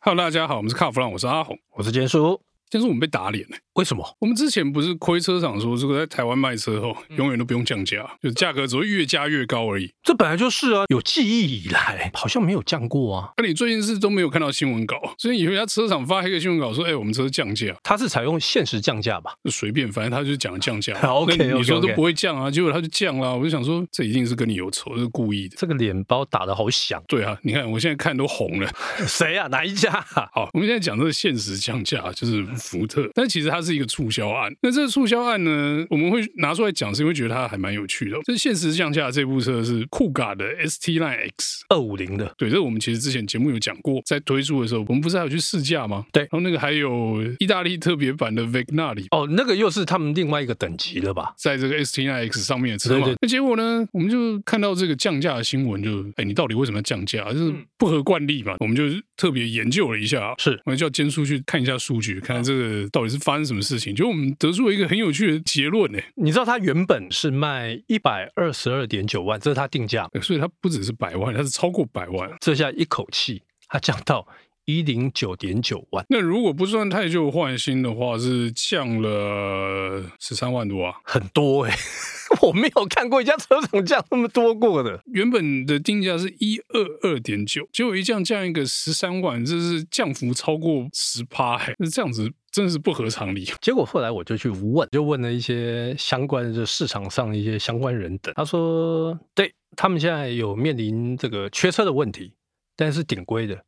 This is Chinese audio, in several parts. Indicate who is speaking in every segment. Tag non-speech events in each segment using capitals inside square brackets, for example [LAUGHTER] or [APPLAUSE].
Speaker 1: Hello，大家好，我们是卡弗朗，我是阿红。
Speaker 2: 我是坚叔。
Speaker 1: 但是我们被打脸了、欸
Speaker 2: 为什么？
Speaker 1: 我们之前不是亏车厂说，这个在台湾卖车后，永远都不用降价，就价格只会越加越高而已。
Speaker 2: 这本来就是啊，有记忆以来好像没有降过啊。
Speaker 1: 那、你最近是都没有看到新闻稿，所以以为他车厂发一个新闻稿说，哎、我们车降价，
Speaker 2: 它是采用限时降价吧？
Speaker 1: 就随便，反正他就讲降价。
Speaker 2: OK，
Speaker 1: 那你你
Speaker 2: OK，
Speaker 1: 说都
Speaker 2: OK
Speaker 1: 不会降啊，结果他就降啦、我就想说，这一定是跟你有仇，这是故意的。，
Speaker 2: 这个脸包打的好响
Speaker 1: 对啊，你看我现在看都红了。
Speaker 2: 谁啊？哪一家、啊？
Speaker 1: 好，我们现在讲这个限时降价，就是福特，但其实它是一个促销案。那这个促销案呢，我们会拿出来讲，是因为觉得它还蛮有趣的。哦这限时降价这部车是酷咖的 ST Line X。
Speaker 2: 二五零的，
Speaker 1: 对，这我们其实之前节目有讲过，在推出的时候，我们不是还有去试驾吗？
Speaker 2: 对
Speaker 1: 然后那个还有意大利特别版的 Vignali，
Speaker 2: 哦，那个又是他们另外一个等级了吧？
Speaker 1: 在这个 ST Line X 上面的车
Speaker 2: 对
Speaker 1: 嘛
Speaker 2: 对。
Speaker 1: 那结果呢，我们就看到这个降价的新闻就，哎，你到底为什么要降价？就是不合惯例嘛。我们就特别研究了一下，啊
Speaker 2: 是
Speaker 1: 我们叫监叔去看一下数据，看看这个到底是发生什么事情。就我们得出了一个很有趣的结论呢、
Speaker 2: 你知道它原本是卖一百二十二点九万，这是它定价，
Speaker 1: 所以它不只是百万，它是超过百万。
Speaker 2: 这下一口气它降到一零九点九万，
Speaker 1: 那如果不算太旧换新的话，是降了十三万多啊。
Speaker 2: 很多哎、 [LAUGHS] 我没有看过一家车厂降那么多过的，
Speaker 1: 原本的定价是一二二点九，结果一降降一个十三万，这是降幅超过十趴，哎、那这样子真的是不合常理。
Speaker 2: 结果后来我就去问，就问了一些相关的就市场上一些相关人等，他说，对他们现在有面临这个缺车的问题，但是顶规的。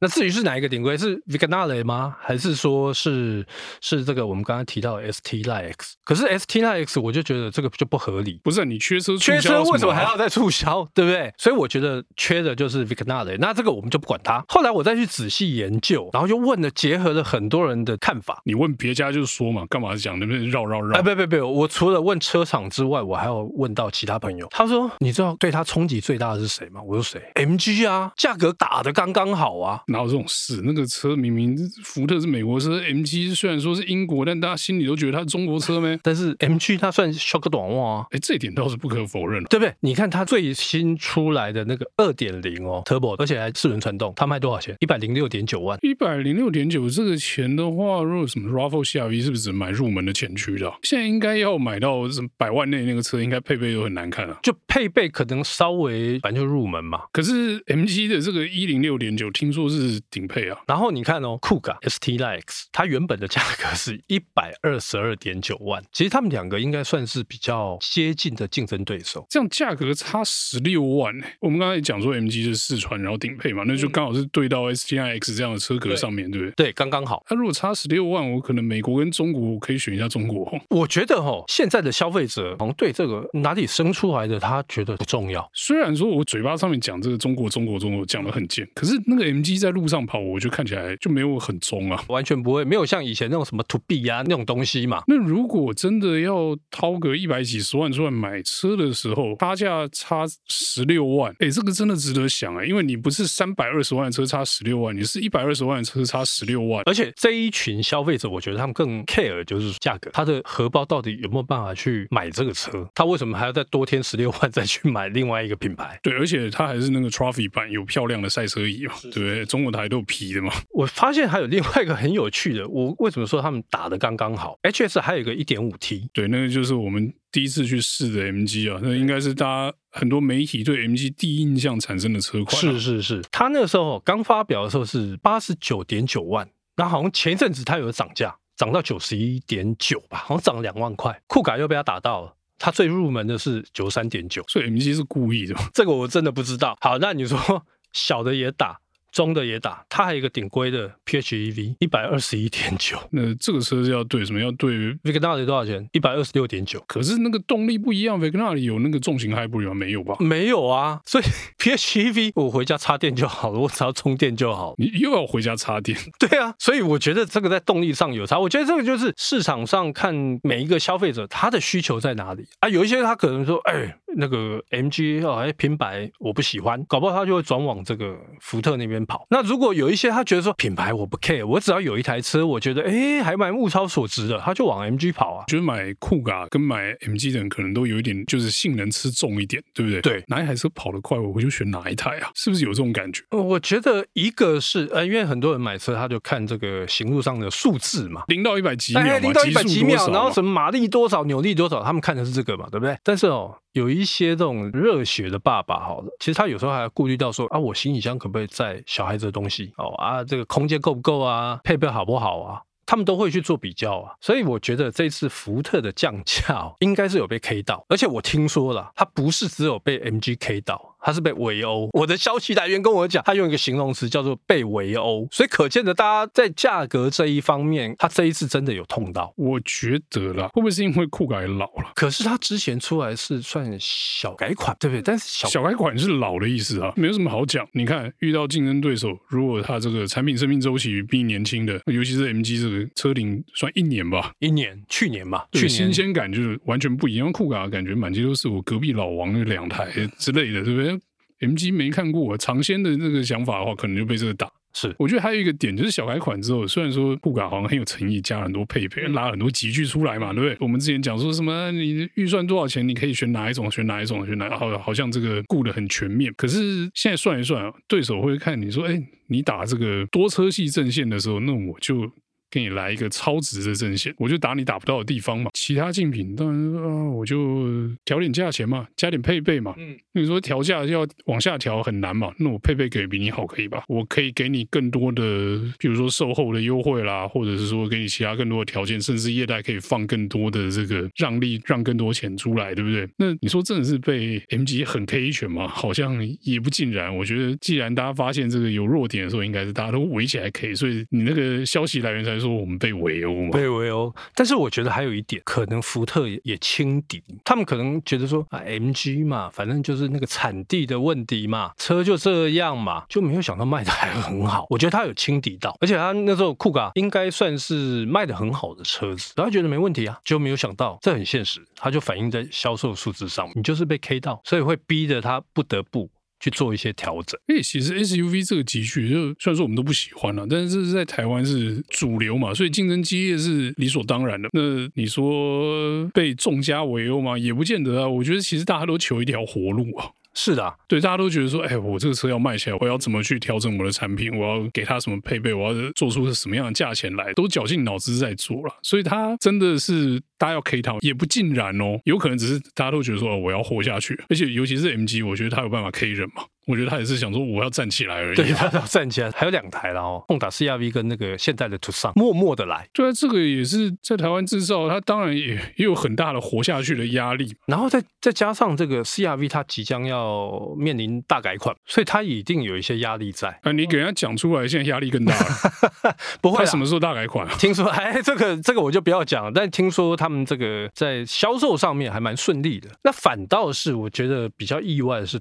Speaker 2: 那至于是哪一个顶规，是 Vignale 吗？还是说是是这个我们刚刚提到的 ST Line X？可是 ST Line X 我就觉得这个就不合理。
Speaker 1: 不是啊、你缺车促销
Speaker 2: 缺
Speaker 1: 有
Speaker 2: 车为什
Speaker 1: 什么
Speaker 2: 么
Speaker 1: 好
Speaker 2: 还要再促销，对不对？所以我觉得缺的就是 Vignale，那这个我们就不管它。后来我再去仔细研究，然后就问了，结合了很多人的看法，
Speaker 1: 你问别家就说嘛，干嘛讲那边绕绕绕？
Speaker 2: 哎，不不不，我除了问车厂之外，我还有问到其他朋友。他说：“你知道对他冲击最大的是谁吗？”我说：“谁？MG 啊，价格打得刚刚好啊。
Speaker 1: 哪有这种事？那个车明明福特是美国车，MG 虽然说是英国，但大家心里都觉得它是中国车咩？ [LAUGHS]
Speaker 2: 但是 MG 它算小个短袜啊，
Speaker 1: 哎，这一点倒是不可否认啊了。
Speaker 2: 对不对？你看它最新出来的那个二点零哦，Turbo，而且还四轮传动，它卖多少钱？一百零六点九万。
Speaker 1: 一百零六点九这个钱的话，如果什么 RAV4 CRV 是不是只买入门的前驱的啊、现在应该要买到什么百万内那个车，应该配备都很难看啊。
Speaker 2: 就配备可能稍微反正就入门嘛，
Speaker 1: 可是 MG 的这个一零六点九，听说是顶配啊。
Speaker 2: 然后你看哦，酷卡 ST Line X，它原本的价格是一百二十二点九万，其实他们两个应该算是比较接近的竞争对手。
Speaker 1: 这样价格差十六万、欸，我们刚才讲说 MG 是四川，然后顶配嘛，那就刚好是对到 STIX 这样的车格上面，对不对？
Speaker 2: 对，刚刚好。
Speaker 1: 那、啊如果差十六万，我可能美国跟中国我可以选一下中国， [LAUGHS]
Speaker 2: 我觉得哦，现在的消费者好像对这个哪里生出来的，他觉得不重要。
Speaker 1: 虽然说我嘴巴上面讲这个中国中国中国讲的很贱，可是那个 MG 在路上跑，我就看起来就没有很中啊。
Speaker 2: 完全不会，没有像以前那种什么 to B 啊那种东西嘛。
Speaker 1: 那如果真的要掏个一百几十万出来买车的时候，差价差十六万，哎、这个真的值得想哎、因为你不是三百二十万的车差十六万，你是一百二十万的车差十六万。
Speaker 2: 而且这一群消费者，我觉得他们更 care 就是价格，他的荷包到底有没有办法去买这个车？他为什么还要再多添十六万再去买另外一个品牌？
Speaker 1: 对，而且它还是那个 Trophy 版，有漂亮的赛车椅嘛，对不对？中国台都有皮的嘛。
Speaker 2: 我发现还有另外一个很有趣的，我为什么说他们打的刚刚好？HS 还有一个一点五 T，
Speaker 1: 对，那个就是我们第一次去试的 MG 啊，那应该是大家很多媒体对 MG 第一印象产生的车款、啊
Speaker 2: 是，是是，他那个时候刚发表的时候是八十九点九万，那好像前一阵子它有涨价，涨到九十一点九吧，好像涨两万块，酷卡又被他打到了。它最入门的是九三点九，
Speaker 1: 所以 MG 是故意的嘛。
Speaker 2: 这个我真的不知道。好，那你说小的也打，中的也打，它还有一个顶规的 PHEV 一百二十一点九
Speaker 1: 那这个车是要对什么？要对。
Speaker 2: ，Vignale 多少钱？一百二十六点九。
Speaker 1: 可是那个动力不一样 v i g n a 里有那个重型 Hybrid 吗？没有吧？
Speaker 2: 没有啊，所以 PHEV 我回家插电就好了，我只要充电就好。
Speaker 1: 你又要回家插电，
Speaker 2: [LAUGHS] 对啊，所以我觉得这个在动力上有差。我觉得这个就是市场上看每一个消费者他的需求在哪里啊。有一些他可能说，哎，那个 MG 哦，哎，平白我不喜欢，搞不好他就会转往这个福特那边边跑。那如果有一些他觉得说品牌我不 care，我只要有一台车，我觉得诶还蛮物超所值的，他就往 MG 跑啊。
Speaker 1: 觉得买酷嘎跟买 MG 的人可能都有一点，就是性能吃重一点，对不对？
Speaker 2: 对
Speaker 1: 哪一台车跑得快，我就选哪一台啊，是不是有这种感觉？
Speaker 2: 呃我觉得一个是呃，因为很多人买车他就看这个行路上的数字嘛，
Speaker 1: 零到一百几秒嘛，
Speaker 2: 哎，零到一百
Speaker 1: 极
Speaker 2: 几
Speaker 1: 速多
Speaker 2: 秒
Speaker 1: 少，嘛
Speaker 2: 然后什么马力多少、扭力多少，他们看的是这个嘛，对不对？但是哦，有一些这种热血的爸爸，好了，其实他有时候还要顾虑到说啊，我行李箱可不可以载小孩子的东西哦啊，这个空间够不够啊，配备好不好啊？他们都会去做比较啊，所以我觉得这次福特的降价、哦、 [LAUGHS] 应该是有被 K 到，而且我听说了，它不是只有被 MG K 到，它是被围殴。我的消息来源跟我讲，他用一个形容词叫做被围殴，所以可见的大家在价格这一方面，他这一次真的有痛到。
Speaker 1: 我觉得啦，会不会是因为酷改老了？
Speaker 2: 可是它之前出来是算小改款，对不对？但是小
Speaker 1: 小改款是老的意思啊，没有什么好讲。你看，遇到竞争对手，如果他这个产品生命周期比你年轻的，尤其是 MG 这个车龄算一年吧，
Speaker 2: 一年，去年嘛，
Speaker 1: 对
Speaker 2: 去
Speaker 1: 新
Speaker 2: 年
Speaker 1: 鲜感就是完全不一样。酷卡感觉满街都是我隔壁老王那两台之类的，对不对？MG 没看过，尝鲜的那个想法的话，可能就被这个打。
Speaker 2: 是
Speaker 1: 我觉得还有一个点就是小改款之后，虽然说酷卡好像很有诚意，加了很多配备，拉了很多集具出来嘛，对不对？我们之前讲说什么，你预算多少钱，你可以选哪一种，选哪一种，选哪一种，好好像这个顾的很全面。可是现在算一算啊，对手会看你说，哎，你打这个多车系阵线的时候，那我就。给你来一个超值的阵线，我就打你打不到的地方嘛。其他竞品当然啊、我就调点价钱嘛，加点配备嘛，你说调价要往下调很难嘛？那我配备给比你好可以吧？我可以给你更多的，比如说售后的优惠啦，或者是说给你其他更多的条件，甚至业贷可以放更多的这个让利，让更多钱出来，对不对？那你说真的是被 MG 很 K 一拳吗？好像也不尽然。我觉得既然大家发现这个有弱点的时候，应该是大家都围起来 K，所以你那个消息来源才说我们被围殴嘛。
Speaker 2: 被围殴。但是我觉得还有一点，可能福特也也轻敌，他们可能觉得说啊，MG 嘛，反正就是那个产地的问题嘛，车就这样嘛，就没有想到卖的还很好。我觉得他有轻敌到，而且他那时候酷卡应该算是卖的很好的车子，然后觉得没问题啊，就没有想到这很现实，它就反映在销售数字上，你就是被 K 到，所以会逼得他不得不。去做一些调整，
Speaker 1: 因为其实 SUV 这个集聚，就虽然说我们都不喜欢了，但是这是在台湾是主流嘛，所以竞争激烈是理所当然的。那你说被众家围殴吗？也不见得啊。我觉得其实大家都求一条活路啊。
Speaker 2: 是的啊、
Speaker 1: 对，大家都觉得说，哎，我这个车要卖起来，我要怎么去调整我的产品？我要给它什么配备？我要做出什么样的价钱来？都绞尽脑汁在做了，所以它真的是大家要 K 它，也不尽然哦，有可能只是大家都觉得说，哦我要活下去，而且尤其是 MG，我觉得它有办法 K 人嘛，我觉得它也是想说我要站起来而已啊、
Speaker 2: 对，他要站起来，还有两台了哦，轰打 CRV 跟那个现代的途尚，默默的来，
Speaker 1: 对啊，这个也是在台湾制造，它当然也也有很大的活下去的压力。
Speaker 2: 然后再再加上这个 CRV 它即将要面临大改款，所以它一定有一些压力在。
Speaker 1: 啊，你给人家讲出来，现在压力更大了。
Speaker 2: [LAUGHS] 不会
Speaker 1: 他
Speaker 2: 啦
Speaker 1: 什么时候大改款啊？
Speaker 2: 听说 [LAUGHS] 哎，这个这个我就不要讲了。但听说他们这个在销售上面还蛮顺利的。那反倒是我觉得比较意外的是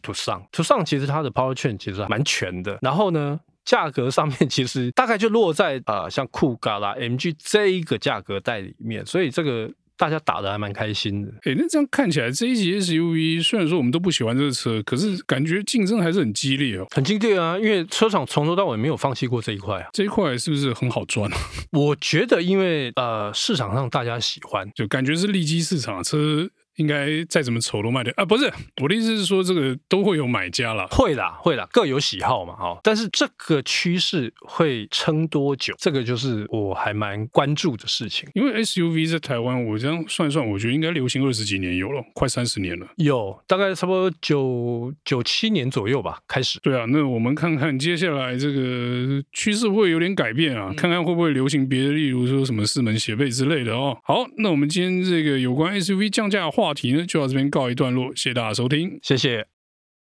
Speaker 2: Tucson，Tucson 其实它的 Powertrain 其实还蛮全的。然后呢？价格上面其实大概就落在啊、呃像酷咖啦、MG 这一个价格带里面，所以这个大家打的还蛮开心的。
Speaker 1: 哎，那这样看起来，这一级 SUV 虽然说我们都不喜欢这个车，可是感觉竞争还是很激烈哦。
Speaker 2: 很激烈啊，因为车厂从头到尾没有放弃过这一块啊。
Speaker 1: 这一块是不是很好赚啊？
Speaker 2: 我觉得，因为呃，市场上大家喜欢，
Speaker 1: 就感觉是利基市场车。应该再怎么丑都卖掉啊！不是我的意思是说，这个都会有买家啦。
Speaker 2: 会啦，会啦，各有喜好嘛，哈、哦但是这个趋势会撑多久，这个就是我还蛮关注的事情。
Speaker 1: 因为 SUV 在台湾，我这样算一算，我觉得应该流行二十几年有了，快三十年了。
Speaker 2: 有大概差不多九九七年左右吧，开始
Speaker 1: 对啊，那我们看看接下来这个趋势会有点改变啊，看看会不会流行别的，例如说什么四门斜背之类的哦。好，那我们今天这个有关 SUV 降价的话题呢，就到这边告一段落，谢谢大家收听。
Speaker 2: 谢谢。